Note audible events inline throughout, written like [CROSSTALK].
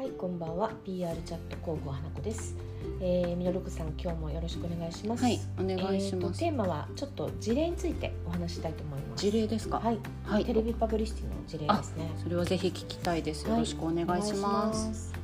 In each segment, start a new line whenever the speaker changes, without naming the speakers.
は PR チャット広報花子です。えー、みのるくさん今日もよろしくお願いします。
はい、お願いしま
えーと
す。
テーマはちょっと事例についてお話ししたいと思います。
事例ですか。
はい、
はい
テレビパブリシティの事例ですね。
それはぜひ聞きたいです。
はい
よろしくお願いします。
す。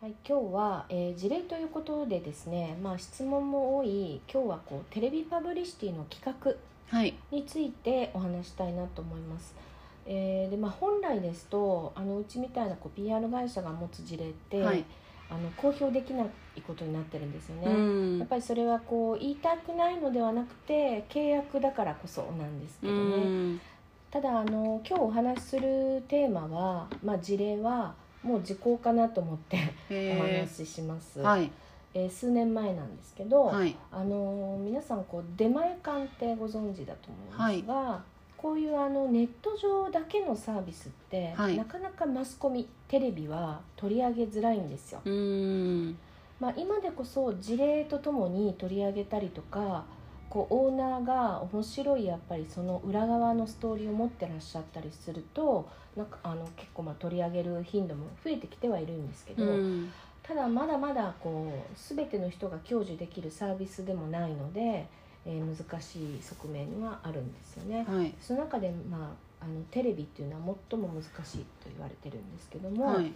はい、今日は、えー事例ということでですね、まあ、質問も多い今日はこうテレビパブリシティの企画
はい、
についてお話したいなと思います。えーでまあ、本来ですとあのうちみたいなこう PR 会社が持つ事例って、
はい、
あの公表できないことになってるんですよ
う
ね。やっ
ん、
ぱりそれはこう言いたくないのではなくて契約だからこそなんですけ
う
どね。
ん、
ただあの今日お話しするテーマは、まあ、事例はもう時効かなと思ってお
へ
話しします。
え、はい、
えー数年前なんですけど、
はい、
あのー皆さんこう出前館ってご存知だと思いますが、こういうあのネット上だけのサービスって、
はい
なかなかマスコミテレビは取り上げづらいんですよ。
うん、
まあ、今でこそ事例とともに取り上げたりとかこうオーナーが面白いやっぱりその裏側のストーリーを持ってらっしゃったりするとなんかあの結構まあ取り上げる頻度も増えてきてはいるんですけ
う
ど、
ん、
ただまだまだこう全ての人が享受できるサービスでもないので、えー難しい側面はあるんですよね。
はい、
その中で、まあ、あのテレビっていうのは最も難しいと言われてるんですけども、
はい、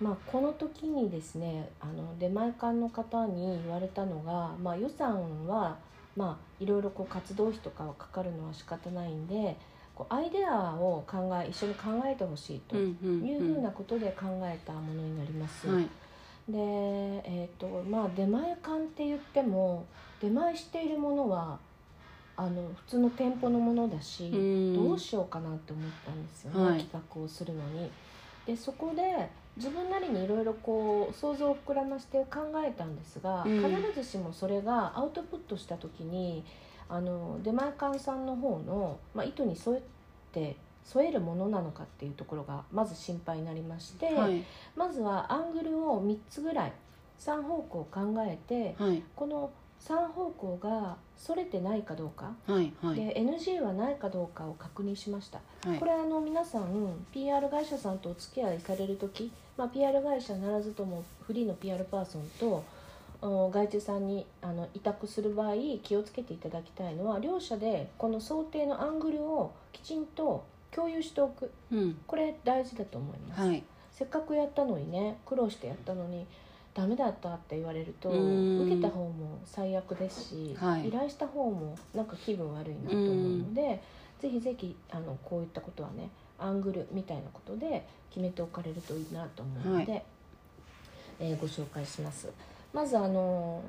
まあ、この時にですねあの出前館の方に言われたのが、まあ、予算は、まあ、いろいろこう活動費とかはかかるのは仕方ないんでこうアイデアを考え一緒に考えてほしいと
うん、
いう
うん、
ふうなことで考えたものになります。
はい、
で、えーとまあ、出前館って言っても出前しているものはあの普通の店舗のものだ
う
し、
ん、
どうしようかなって思ったんですよね、
はい
企画をするのに。でそこで自分なりにいろいろこう想像を膨らまして考えたんですが、
うん
必ずしもそれがアウトプットした時にあの出前館さんの方の、まあ、意図に沿って添えるものなのかっていうところがまず心配になりまして。
はい、
まずはアングルを3つぐらい3方向考えて
はい、
この3方向がそれてないかどうか、
はい、はい、
で NG はないかどうかを確認しました、
はい
こ、れあの皆さん PR 会社さんとお付き合いされる時、まあ、PR 会社ならずともフリーの PR パーソンとうん外注さんにあの委託する場合気をつけていただきたいのは両者でこの想定のアングルをきちんと共有しておく
うん、
これ大事だと思います。
はい、
せっかくやったのにね苦労してやったのにダメだったって言われると
うーん
受けた方も最悪ですし、
はい
依頼した方もなんか気分悪いなと思うのでぜひぜひあのこういったことはねアングルみたいなことで決めておかれるといいなと思うので、えーご紹介します。まずあの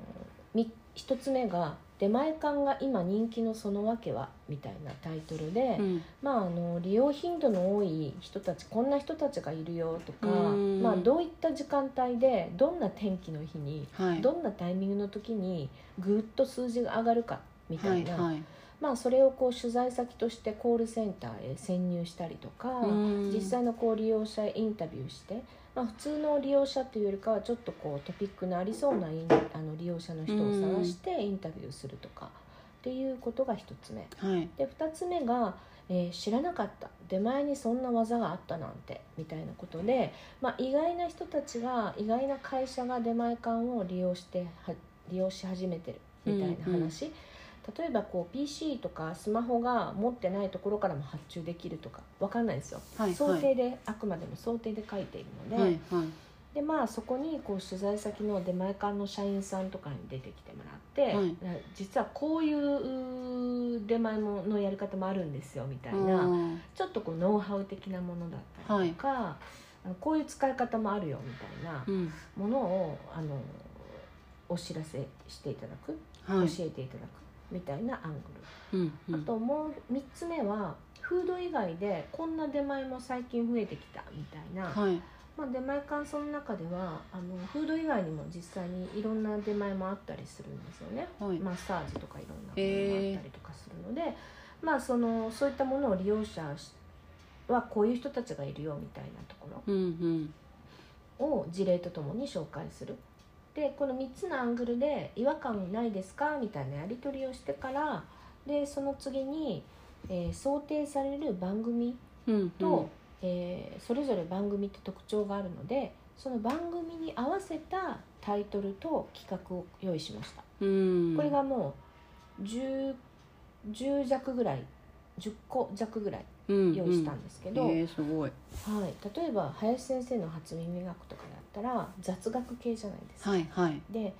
み一つ目が「出前館が今人気のその訳は」みたいなタイトルで、
うん、
まあ、あの利用頻度の多い人たちこんな人たちがいるよとか、
うん
まあ、どういった時間帯でどんな天気の日に
はい、
どんなタイミングの時にぐっと数字が上がるかみた
はいい、
な、
はい、
まあ、それをこう取材先としてコールセンターへ潜入したりとか、
うん
実際のこう利用者へインタビューして、まあ、普通の利用者というよりかはちょっとこうトピックのありそうなインあの利用者の人を探してインタビューするとか、っていうことが一つ目。
はい、
で2つ目が、えー知らなかった出前にそんな技があったなんて」みたいなことで、まあ、意外な人たちが意外な会社が出前館を利用しては利用し始めてるみたいな話、例えばこう PC とかスマホが持ってないところからも発注できるとかわかんないですよ、
はい、
想
はい、
定であくまでも想定で書いているので。
はい、はい、
でまあそこにこう取材先の出前館の社員さんとかに出てきてもらって、
はい
な実はこういうう出前ものやり方もあるんですよみたいな、
うん
ちょっとこうノウハウ的なものだったりとか、あのこういう使い方もあるよみたいな
うん、
ものをあのお知らせしていただく、
はい、
教えていただくみたいなアングル。
うん、う
あ
ん、
ともう3つ目はフード以外でこんな出前も最近増えてきたみたいな。
はい、
まあ、出前館その中ではあのフード以外にも実際にいろんな出前もあったりするんですよね
はい、
マッサージとかいろんなものがあ
へ
っ
ー
たりとかするので、まあそのそういったものを利用者はこういう人たちがいるよみたいなとこ
うん、うん。
ろを事例とともに紹介するっでこの3つのアングルで違和感ないですかみたいなやり取りをしてからでその次に、えー想定される番組
うん
と、えーそれぞれ番組って特徴があるのでその番組に合わせたタイトルと企画を用意しました。
うん
これがもう 10, 10弱ぐらい10個弱ぐらい
用
用意したんですけど、
えー、すごい
はい、例えば林先生の初耳学とかだったら雑学系じゃないですか。
はいはい
で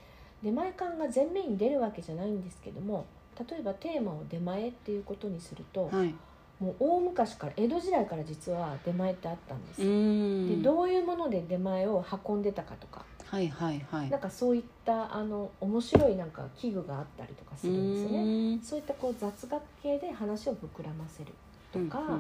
出前館が前面に出るわけじゃないんですけども例えばテーマを出前っていうことにすると、
はい
もう大昔から江戸時代から実は出前ってあったんです
う
よ。
ん
でどういうもので出前を運んでたかとか
はいはいはい
なんかそういったあの面白いなんか器具があったりとかするんですよね。
ね
そういったこう雑学系で話を膨らませるとか、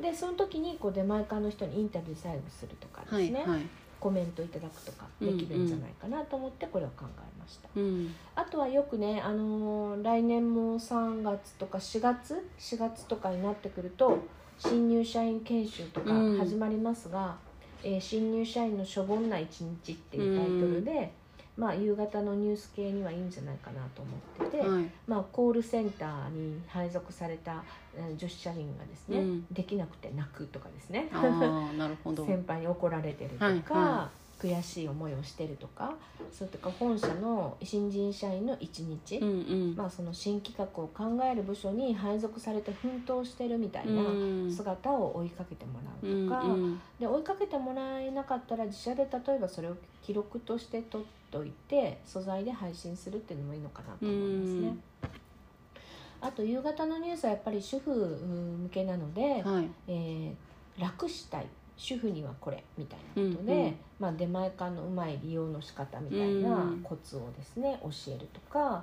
でその時にこう出前館の人にインタビュー最後するとかです
はい
ね、
はい
コメントいただくとかできるんじゃないかなと思ってこれを考えました、
うん
あとはよくね、あのー来年も3月とか4月4月とかになってくると新入社員研修とか
うん
始まりますが、えー新入社員のしょぼんな一日」っていうタイトルで、まあ、夕方のニュース系にはいいんじゃないかなと思ってて、
はい
まあ、コールセンターに配属されたえー女子社員がですね、
うん
できなくて泣くとかですね
あ
[LAUGHS]
あなるほど
先輩に怒られてるとか、
はいは
悔しい思いをしてるとかそれとか本社の新人社員の一日、
うんうん
まあ、その新企画を考える部署に配属されて奮闘してるみたいな
うん
姿を追いかけてもら
う
うと
ん
か、
うん
で追いかけてもらえなかったら自社で例えばそれを記録として取っといて素材で配信するっていうのもいいのかなと思いますね。
うん
あと夕方のニュースはやっぱり主婦うん向けなので、
はい
えー楽したい主婦にはこれみたいなことで、
うんうん
まあ、出前館のうまい利用の仕方みたいなコツをですね、教えるとか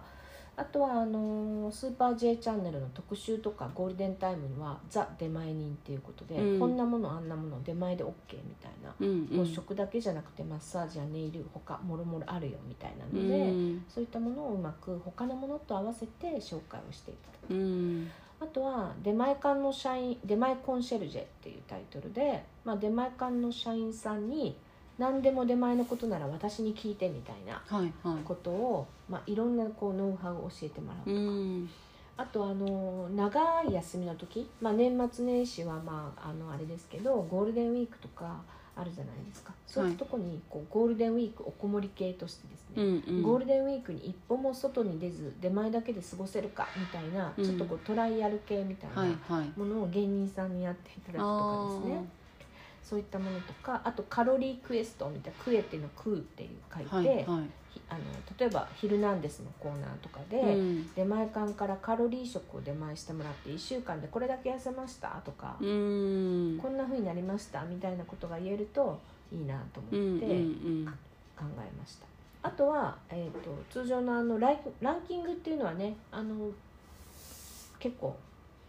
あとはあのースーパー J チャンネルの特集とかゴールデンタイムには「ザ・出前人」っていうことで、
うん
こんなものあんなもの出前で OK みたいな、
うんうん
もう食だけじゃなくてマッサージやネイル他もろもろあるよみたいな
う
ので、
ん
そういったものをうまく他のものと合わせて紹介をしていただく。
うん
あとは出前館の社員出前コンシェルジェっていうタイトルで、まあ、出前館の社員さんに何でも出前のことなら私に聞いてみたいな
はいはい
ことを、まあ、いろんなこうノウハウを教えてもらう、
うん
あとあの長い休みの時、まあ、年末年始はまああのあれですけどゴールデンウィークとかあるじゃないですかそういったとこにこうゴールデンウィークおこもり系としてですね、
うんうん
ゴールデンウィークに一歩も外に出ず出前だけで過ごせるかみたいな、
うん
ちょっとこうトライアル系みたい
はい
な
はい
ものを芸人さんにやっていただくとかですねそういったものとかあとカロリークエストみたいな「クエ」っていうの「食う」っていう書いて、
はいは
ひあの例えば「ヒルナンデス」のコーナーとかで、
いうん
出前館からカロリー食を出前してもらって1週間でこれだけ痩せましたとか、
うん
こんな風になりましたみたいなことが言えるといいなと思って。
うん
考えましたあとは、えー、と通常のあのラインランキングっていうのはねあの結構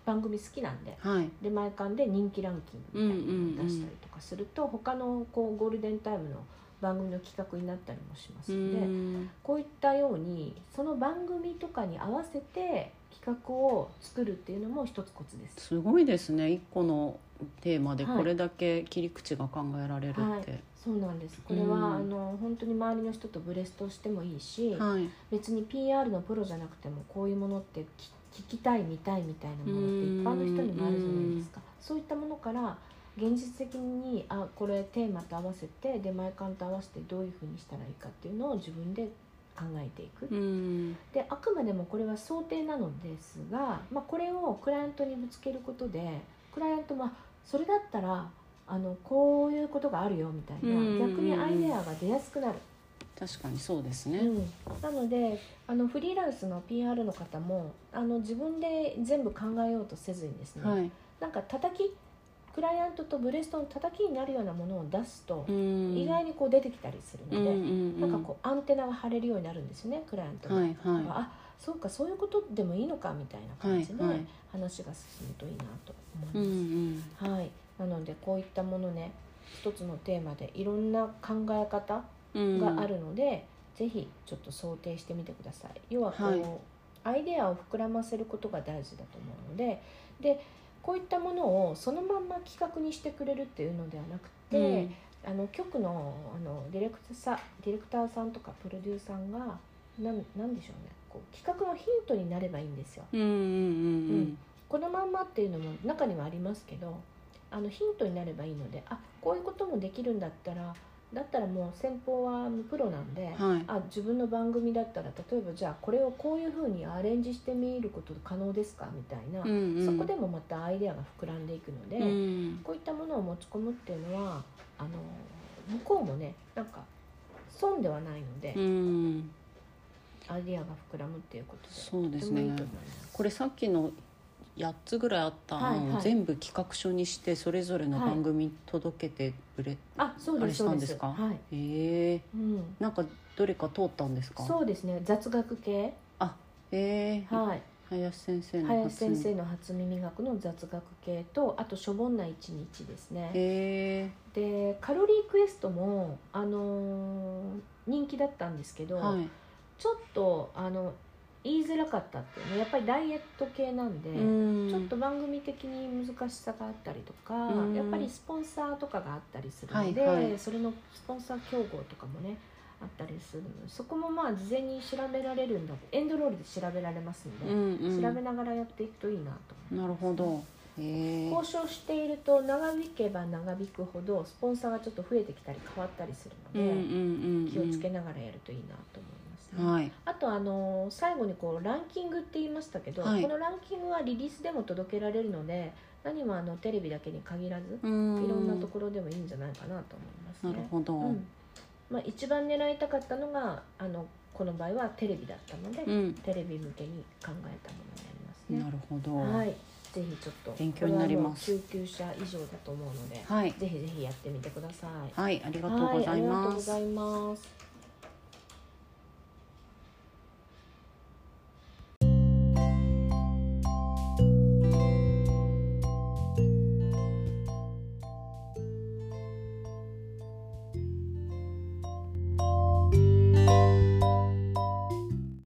番組好きなんで
うんはい
出前館で人気ランキングみたいなのを出したりとかすると、他のこうゴールデンタイムの番組の企画になったりもしますので、
うん
こういったようにその番組とかに合わせて企画を作るっていうのも一つコツです。
すごいですね一個のテーマで
はい
これだけ切り口が考えられるって
はいそうなんですこれは、
うん
あの本当に周りの人とブレストしてもいいし、
はい、
別に PR のプロじゃなくてもこういうものってき聞きたい見たいみたいなものって一般の人にもあるじゃないですかそういったものから現実的にあこれテーマと合わせて出前館と合わせてどういうふうにしたらいいかっていうのを自分で考えていく、
うん
であくまでもこれは想定なのですが、まあ、これをクライアントにぶつけることでクライアントもあそれだったらあのこういうことがあるよみたいな
うん
逆にアイデアが出やすくなる
確かにそうですね、
うん、なのであのフリーランスの PR の方もあの自分で全部考えようとせずにですね、
はい
なんか叩きクライアントとブレストの叩きになるようなものを出すと、
うん
意外にこう出てきたりするので、
うん
なんかこうアンテナが張れるようになるんですよねクライアントが、
はいは
あそうかそういうことでもいいのかみたいな感じで、
はいはい
話が進むといいなと思います。
い、うんうん、
はい、なのでこういったものね一つのテーマでいろんな考え方
うん、
があるので、ぜひちょっと想定してみてください要はこう、アイデアを膨らませることが大事だと思うのででこういったものをそのまんま企画にしてくれるっていうのではなくて、
うん
あの局のあのディレクターさディレクターさんとかプロデューサーがなんなんでしょうねこう企画のヒントになればいいんですよ。
うんうんうん
このまんまっていうのも中にはありますけどあのヒントになればいいのであこういうこともできるんだったらだったらもう先方はプロなんで。
うんはい
あ自分の番組だったら例えばじゃあこれをこういうふうにアレンジしてみること可能ですかみたいな、
うんうん
そこでもまたアイデアが膨らんでいくので、
うん
こういったものを持ち込むっていうのはあの向こうもねなんか損ではないので、
うん
アイデアが膨らむっていうことで
そうで
と
す
てもいい
ね
と思います。
これさっきの8つぐらいあった
はい
案
は
を
い
全部企画書にしてそれぞれの番組に届けてくれ、
あそう
あ
で
れ
す
し
そ
た
うんで
ですすか
はい
ええ
うん、
なんかどれか通ったんですか
そうですね雑学系、
ええ
はい、
林先生の
林先
発
生の初耳学の雑学系とあとしょぼんな一日ですね。
明え
でカロリークエストも、あのー人気だったんですけ
え
ど、
はい
ちょっとあの言いづらかったっていうねやっぱりダイエット系なんで、
うん
ちょっと番組的に難しさがあったりとか、
うん
やっぱりスポンサーとかがあったりするので、
はいはい
それのスポンサー競合とかもねあったりするのでそこもまあ事前に調べられるんだエンドロールで調べられますの
う
で、
んうん、
調べながらやっていくといいなと思います
なるほどええ
交渉していると長引けば長引くほどスポンサーがちょっと増えてきたり変わったりする
うんうん
ので、
うんうん
気をつけながらやるといいなと思いますね、
はい
あとあの最後にこうランキングって言いましたけど、
はい
このランキングはリリースでも届けられるので何もあのテレビだけに限らず、
う
いろんなところでもいいんじゃないかなと思いますね。
なるほど、
うんまあ、一番狙いたかったのがあのこの場合はテレビだったので、
うん
テレビ向けに考えたものになりますね。
なるほど、
はいい、ぜひちょっと
勉強になります
これはもう中級者以上だと思うので、
はい
ぜひぜひやってみてください。
はいありがとうござい
はい、ありがとう
ま
ご
す
ざいます。